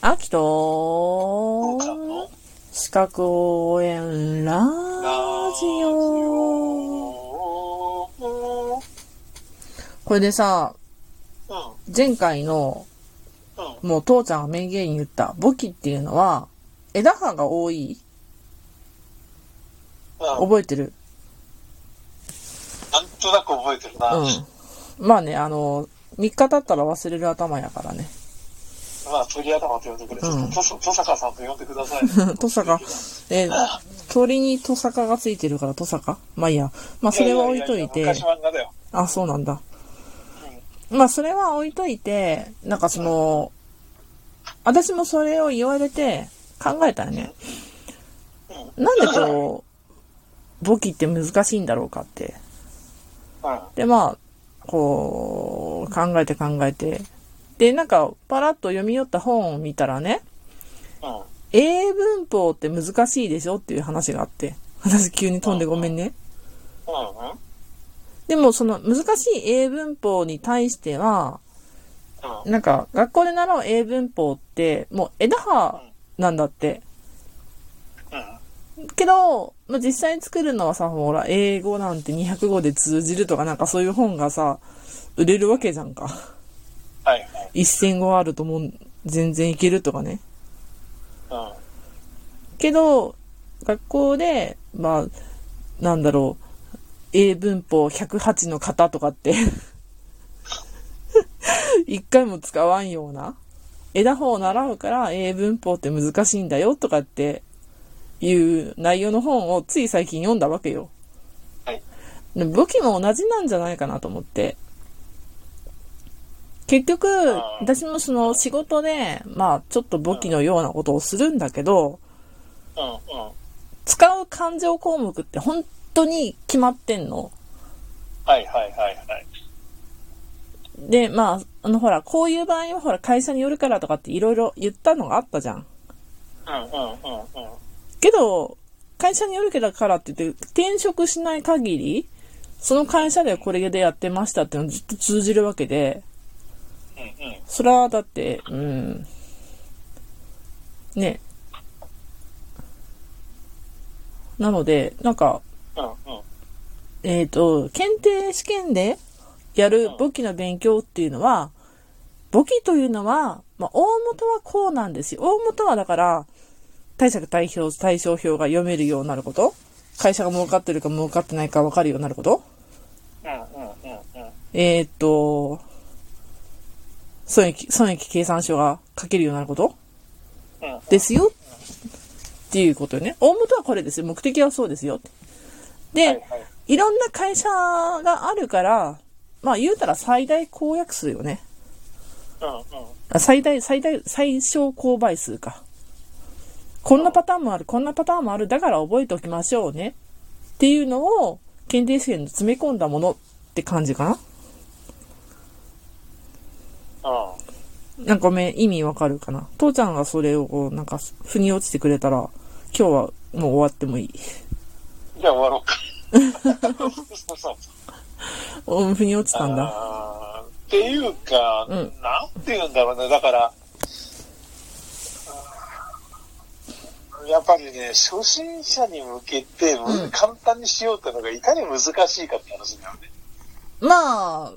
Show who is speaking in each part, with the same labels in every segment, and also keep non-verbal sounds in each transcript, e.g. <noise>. Speaker 1: 秋と
Speaker 2: さんの
Speaker 1: 四角応援ラジオ。これでさ、
Speaker 2: うん、
Speaker 1: 前回の、
Speaker 2: うん。
Speaker 1: もう父ちゃんが名言に言った、簿記っていうのは、枝葉が多い
Speaker 2: うん
Speaker 1: 覚えてる
Speaker 2: なんとなく覚えてるな。
Speaker 1: うん。まあね、あの、3日経ったら忘れる頭やからね。 <laughs>
Speaker 2: まあ、鳥頭と呼んでくれ。
Speaker 1: うん
Speaker 2: ととさかさんと呼んでください。
Speaker 1: トサカ、えー、鳥にトサカがついてるからトサカまあいいや。まあそれは置いといて。
Speaker 2: ややや昔漫画だよ。
Speaker 1: あ、そうなんだ。まあ、それは置いといて、なんかその、私もそれを言われて考えたらね、なんでこう、簿記って難しいんだろうかって。
Speaker 2: うん。
Speaker 1: で、まあ、こう、考えて考えて。で、なんか、パラッと読み寄った本を見たらね、
Speaker 2: うん。うん。
Speaker 1: 英文法って難しいでしょっていう話があって。私急に飛んでごめんね。
Speaker 2: うん。うん。
Speaker 1: でも、その難しい英文法に対しては、
Speaker 2: うん。
Speaker 1: なんか、学校で習う英文法って、もう枝葉なんだって。
Speaker 2: うん。
Speaker 1: けど、まあ、実際に作るのはさ、ほら、英語なんて200語で通じるとかなんかそういう本がさ、売れるわけじゃんか。
Speaker 2: はいはい。
Speaker 1: 1000語あるともう全然いけるとかね。
Speaker 2: うん。
Speaker 1: けど、学校で、まあ、なんだろう、英文法108の型とかって、 <laughs> 一回も使わんような、枝法を習うから英文法って難しいんだよとかっていう内容の本をつい最近読んだわけよ。
Speaker 2: はい。
Speaker 1: で武器も同じなんじゃないかなと思って。結局、
Speaker 2: ー
Speaker 1: 私もその仕事で、まあちょっと武器のようなことをするんだけど、
Speaker 2: うん。うん。
Speaker 1: 使う勘定項目って本当に決まってんの。
Speaker 2: はいはいはいはい。
Speaker 1: で、まあ、あの、ほら、こういう場合は、ほら、会社によるからとかっていろいろ言ったのがあったじゃん。
Speaker 2: うん。うん。うん。うん。
Speaker 1: けど、会社によるからって言って、転職しない限り、その会社ではこれでやってましたっていうのはずっと通じるわけで、
Speaker 2: うん。うん。
Speaker 1: それはだって、うん、ね。なので、なんか、
Speaker 2: うん。うん。
Speaker 1: えっ、と、検定試験でやる簿記の勉強っていうのは、簿記というのは、まあ、大元はこうなんですよ。大元はだから、対策対表、対象表が読めるようになること。会社が儲かってるか儲かってないか分かるようになること。
Speaker 2: うん。うん。うん。
Speaker 1: えっ、と、損益、損益計算書が書けるようになること
Speaker 2: うん。
Speaker 1: ですよ。っていうことよね。大元はこれですよ。目的はそうですよ。で、
Speaker 2: はいはい。
Speaker 1: いろんな会社があるから、まあ言うたら最大公約数よね。
Speaker 2: うん。うん。
Speaker 1: あ最大、最大、最小公倍数か。こんなパターンもある、こんなパターンもある、だから覚えておきましょうね。っていうのを、検定試験に詰め込んだものって感じかな
Speaker 2: うん。
Speaker 1: なんかごめん、意味わかるかな父ちゃんがそれをこう、なんか、腑に落ちてくれたら、今日はもう終わってもいい。
Speaker 2: じゃあ終わろうか。そうそう
Speaker 1: うん、腑に落ちたんだ。
Speaker 2: あーっていうか、
Speaker 1: うん
Speaker 2: なんて言うんだろうね、だから、あーやっぱりね、初心者に向けて、
Speaker 1: うん
Speaker 2: 簡単にしようってのがいかに難しいかって話だよね。
Speaker 1: まあ、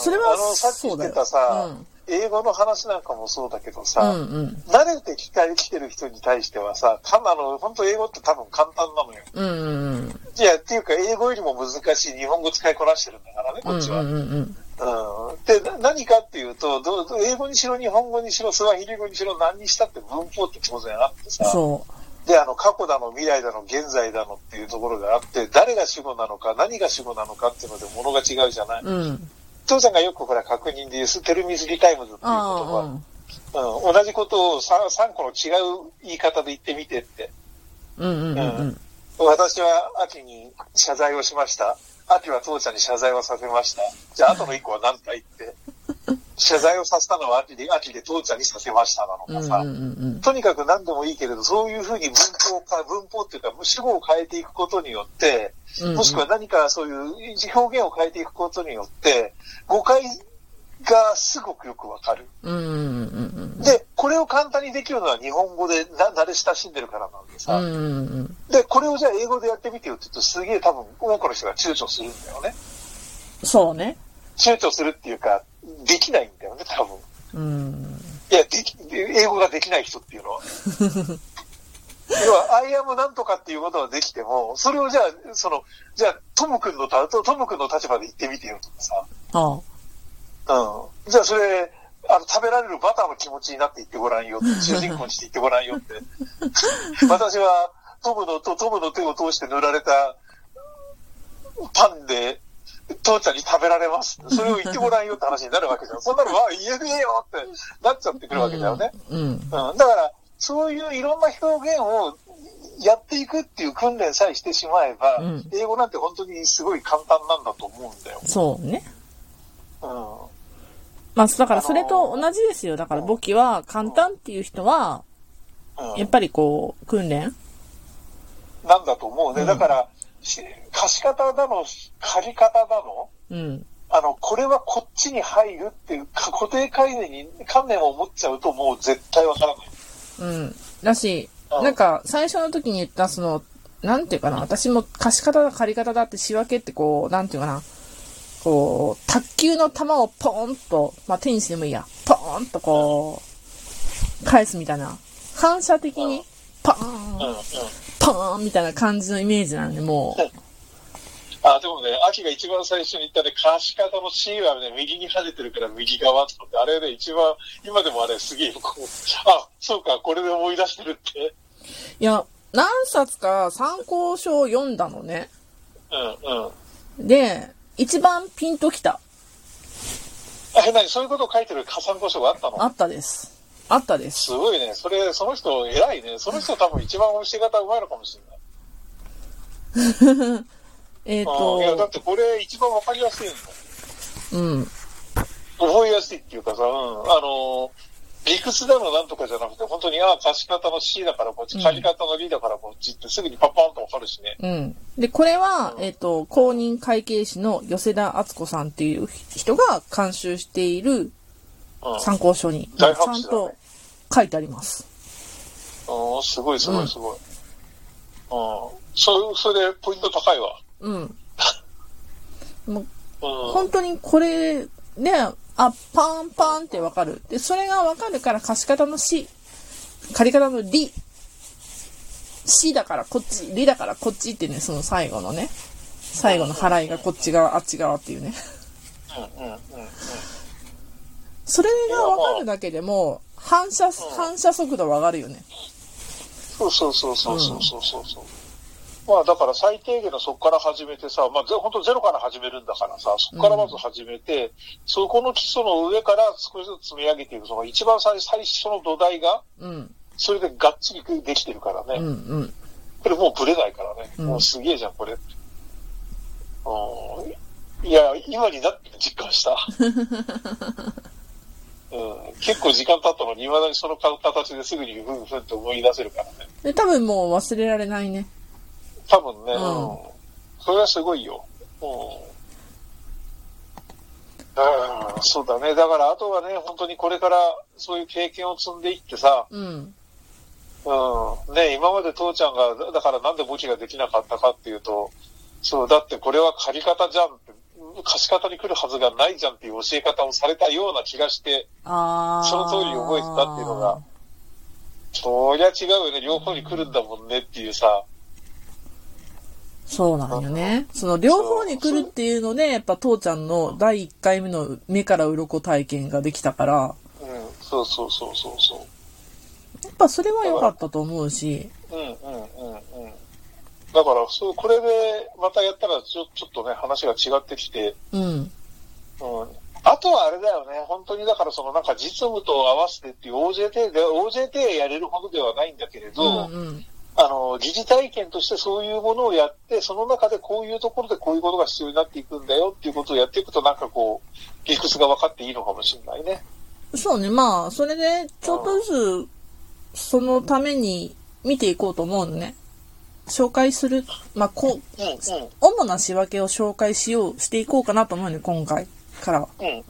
Speaker 1: それは
Speaker 2: あの、さっき言
Speaker 1: そ
Speaker 2: っ
Speaker 1: うだ
Speaker 2: て
Speaker 1: よ。
Speaker 2: たさ、英語の話なんかもそうだけどさ、
Speaker 1: うん、うん、
Speaker 2: 慣れてきたりきてる人に対してはさ、かあの、本当英語って多分簡単なのよ。
Speaker 1: うん、うん、うん。
Speaker 2: いや、っていうか、英語よりも難しい日本語使いこなしてるんだからね、こっちは。
Speaker 1: うんうんうんうん、
Speaker 2: うんで、な何かっていうと、どうどう英語にしろ、日本語にしろ、スワヒリ語にしろ、何にしたって文法って当然あってさ、
Speaker 1: そ
Speaker 2: で、あの、過去だの、未来だの、現在だのっていうところがあって、誰が主語なのか、何が主語なのかっていうので、ものが違うじゃない。
Speaker 1: う。うん。
Speaker 2: 父さんがよくほら、確認で言う、テルミスリタイムズっていう言葉、
Speaker 1: あ
Speaker 2: うん、同じことを 3, 三個の違う言い方で言ってみてって。
Speaker 1: あ、うんうんうんうん。
Speaker 2: 私は秋に謝罪をしました。秋は父ちゃんに謝罪をさせました。じゃあ、後の一個は何だ
Speaker 1: <laughs>
Speaker 2: いって。謝罪をさせたのは秋で、秋で父ちゃんにさせましたなの
Speaker 1: うんう
Speaker 2: か
Speaker 1: ん
Speaker 2: さ。
Speaker 1: うん
Speaker 2: とにかく何でもいいけれど、そういうふうに文法か、文法っていうか、主語を変えていくことによって、
Speaker 1: うん。
Speaker 2: もしくは何かそういう表現を変えていくことによって、誤解がすごくよくわかる。
Speaker 1: うんうんうん
Speaker 2: で、これを簡単にできるのは日本語でな慣れ親しんでるからなんで
Speaker 1: う
Speaker 2: さ、
Speaker 1: んうんうん。
Speaker 2: で、これをじゃあ英語でやってみてよって言うと、すげえ多分多くの人が躊躇するんだよね。
Speaker 1: そうね。
Speaker 2: 躊躇するっていうか、できないんだよね、多分。
Speaker 1: うん。
Speaker 2: いや、でき、英語ができない人っていうのは。要は、アイアムなんとかっていうことはできても、それをじゃあ、その、じゃあ、トム君のた、トトム君の立場で言ってみてよとかさ、
Speaker 1: あ
Speaker 2: うん。じゃあ、それ、あの、食べられるバターの気持ちになって言ってごらんよって、主人公にして言ってごらん
Speaker 1: <laughs>
Speaker 2: よって。私は、トムの、トトムの手を通して塗られたパンで、父ちゃんに食べられます。それを言ってごらんよって話になるわけじゃん。そんなのは言えねえよってなっちゃってくるわけだよね。
Speaker 1: うん。
Speaker 2: うん、だから、そういういろんな表現をやっていくっていう訓練さえしてしまえば、
Speaker 1: うん
Speaker 2: 英語なんて本当にすごい簡単なんだと思うんだよ。
Speaker 1: そうね。
Speaker 2: う
Speaker 1: まあ、だからそれと同じですよ。だから簿記は簡単っていう人は、
Speaker 2: ん。うん
Speaker 1: やっぱりこう、訓練
Speaker 2: なんだと思うね。だから、し貸し方だの、借り方だの、
Speaker 1: うん。
Speaker 2: あの、これはこっちに入るっていうか固定概念に、観念を持っちゃうともう絶対わからない。
Speaker 1: うん。だし、
Speaker 2: うん
Speaker 1: なんか、最初の時に言った、その、なんていうかな、私も貸し方だ、借り方だって仕分けってこう、なんていうかな、こう、卓球の球をポーンと、まあ、テニスでもいいや、ポーンとこう、返すみたいな、反射的
Speaker 2: う
Speaker 1: に
Speaker 2: ん、
Speaker 1: ポーン
Speaker 2: うん、うん。
Speaker 1: ポーンみたいな感じのイメージなんで、も
Speaker 2: あ、でもね、秋が一番最初に言ったね、貸し方の C はね、右に跳ねてるから右側とかって、あれね、一番、今でもあれすげえ、こう、あ、そうか、これで思い出してるって。
Speaker 1: う。いや、何冊か参考書を読んだのね。
Speaker 2: うん、うん。
Speaker 1: で、一番ピンときた。
Speaker 2: あ、え、なに、そういうことを書いてる加算故障があったの
Speaker 1: あったです。あったです。
Speaker 2: すごいね、それ、その人偉いね。その人多分一番教え方うまいのかもしれない。
Speaker 1: えっ、
Speaker 2: うん、いや、だっ
Speaker 1: と、
Speaker 2: てこれ一番わかりやすいんだ。
Speaker 1: うん。
Speaker 2: 覚えやすいっていうかさ、うん、あの、理屈だのなんとかじゃなくて、本当に、ああ、貸し方の C だからこっち、借り方の D だからこっちってすぐにパパンとわかるしね。
Speaker 1: うん。で、これは、えっ、と、公認会計士の吉田敦子さんっていう人が監修している
Speaker 2: うん
Speaker 1: 参考書に、ちゃ
Speaker 2: 大
Speaker 1: ん
Speaker 2: 拍手だね
Speaker 1: と書いてあります。
Speaker 2: おーすごいすご
Speaker 1: うん
Speaker 2: いすごい。うん。それ、それでポイント高いわ。
Speaker 1: うん。もう
Speaker 2: うん。
Speaker 1: 本当にこれね、あ、パンパンってわかる。で、それがわかるから貸し方の C、借り方の D、C だからこっち、D だからこっちってね、その最後のね、最後の払いがこっち側、あっち側っていうね。
Speaker 2: うんうんうん。
Speaker 1: それがわかるだけでも、反射、反射速度は上がるよね。
Speaker 2: そうそうそうそうそうそうそう。うまあだから最低限のそこから始めてさ、まあぜ本当ゼロから始めるんだからさ、そこからまず始めて、そこの基礎の上から少しずつ積み上げていく、その一番最最初の土台が、
Speaker 1: うん、
Speaker 2: それでがっちりできてるからね。
Speaker 1: うん、うん。
Speaker 2: これもうブレないからね。
Speaker 1: うん
Speaker 2: もうすげえじゃん、これ。うん。いや、今になって実
Speaker 1: <laughs>
Speaker 2: 感した。うん、結構時間経ったのに、未だにその形ですぐにふんふんって思い出せるからね。
Speaker 1: で、多分もう忘れられないね。
Speaker 2: 多分ね、
Speaker 1: う
Speaker 2: うんん。それはすごいよ。うん。ああ、そうだね。だから、あとはね、本当にこれからそういう経験を積んでいってさ、
Speaker 1: うん、
Speaker 2: うん。ね今まで父ちゃんが、だだからなんで簿記ができなかったかっていうと、そう、だってこれは借り方じゃんって、貸し方に来るはずがないじゃんっていう教え方をされたような気がして、
Speaker 1: あー
Speaker 2: その通り覚えてたっていうのが。そりゃ違うよね、両方に来るんだもんねっていうさ、
Speaker 1: そうなんよね。その両方に来るっていうので、やっぱ父ちゃんの第1回目の目から鱗体験ができたから、
Speaker 2: うん、そうそうそうそうそ
Speaker 1: やっぱそれは良かったと思うし、
Speaker 2: う。うんうんうんうん。だから、そう、これでまたやったらちょ、ちょっとね、話が違ってきて、
Speaker 1: うん、
Speaker 2: うんあとはあれだよね、本当にだからそのなんか実務と合わせてっていう OJT で、OJT やれるほどではないんだけれ
Speaker 1: うん
Speaker 2: ど、、
Speaker 1: うん、
Speaker 2: あの、疑似体験としてそういうものをやって、その中でこういうところでこういうことが必要になっていくんだよっていうことをやっていくとなんかこう、理屈が分かっていいのかもしれないね。
Speaker 1: そうね、まあ、それで、ちょっとずつ、そのために見ていこうと思うのね。紹介する、まあ、こう、
Speaker 2: うんうん。
Speaker 1: 主な仕分けを紹介しよう、していこうかなと思うね、今回からは。
Speaker 2: うん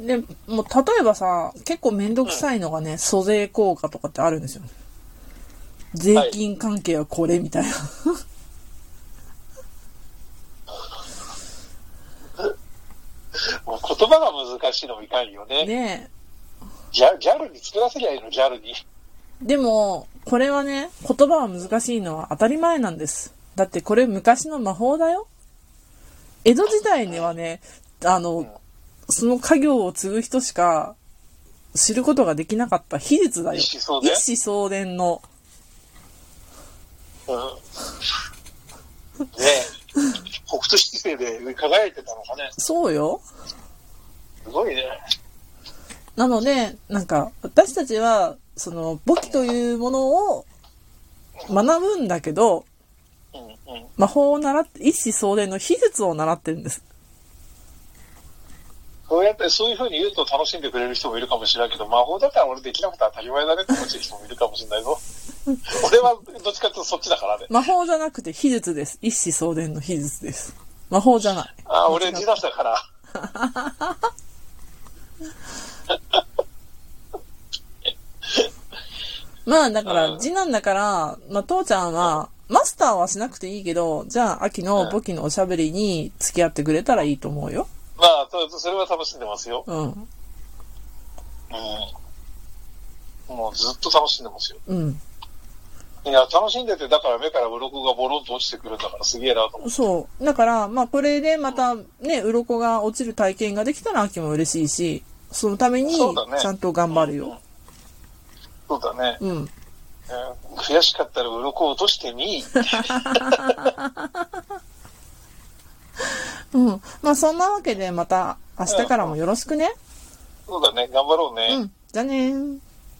Speaker 2: うん。
Speaker 1: で、もう例えばさ、結構めんどくさいのがね、租税効果とかってあるんですよ。税金関係はこれみたいな。
Speaker 2: もう言葉が難しいのもいかんよね。
Speaker 1: ね
Speaker 2: ジャジャルに作らせりゃいいの、ジャルに。
Speaker 1: え。でも、これはね、言葉は難しいのは当たり前なんです。だってこれ昔の魔法だよ。江戸時代にはね、あの、その家業を継ぐ人しか知ることができなかった秘術だよ。
Speaker 2: 一子相伝
Speaker 1: 一子相伝の。
Speaker 2: うん。ねえ。北斗七星で輝いてたのかね。
Speaker 1: そうよ。
Speaker 2: すごいね。
Speaker 1: なので、なんか、私たちは、その、簿記というものを学ぶんだけど、
Speaker 2: うんうん。
Speaker 1: 魔法を習って、一子相伝の秘術を習ってるんです。
Speaker 2: そうやって、そういうふうに言うと楽しんでくれる人もいるかもしれないけど、魔法だから俺できなくて当たり前だねって思っちゃう人もいるかもしれない <laughs> ぞ。俺はどっちかっていうとそっちだからね。
Speaker 1: 魔法じゃなくて秘術です。一子相伝の秘術です。魔法じゃない。
Speaker 2: ああ、俺自出したから。
Speaker 1: まあ、だから、次男だから、まあ、父ちゃんは、マスターはしなくていいけど、じゃあ、秋の簿記のおしゃべりに付き合ってくれたらいいと思うよ。
Speaker 2: まあ、とそれは楽しんでますよ。
Speaker 1: うん。
Speaker 2: うん。もうずっと楽しんでますよ。
Speaker 1: うん。
Speaker 2: いや、楽しんでて、だから目から鱗がボロンと落ちてくるんだからすげえなと思って。
Speaker 1: そう。だから、まあ、これでまたね、鱗が落ちる体験ができたら秋も嬉しいし、そのために
Speaker 2: そうだね、
Speaker 1: ちゃんと頑張るよ。
Speaker 2: そうだね。
Speaker 1: うん。
Speaker 2: えー悔しかったら鱗を落としてみー。
Speaker 1: うん。まあ、そんなわけで、また明日からもよろしくね。
Speaker 2: そうだね。頑張ろうね。
Speaker 1: うん。じゃあねー。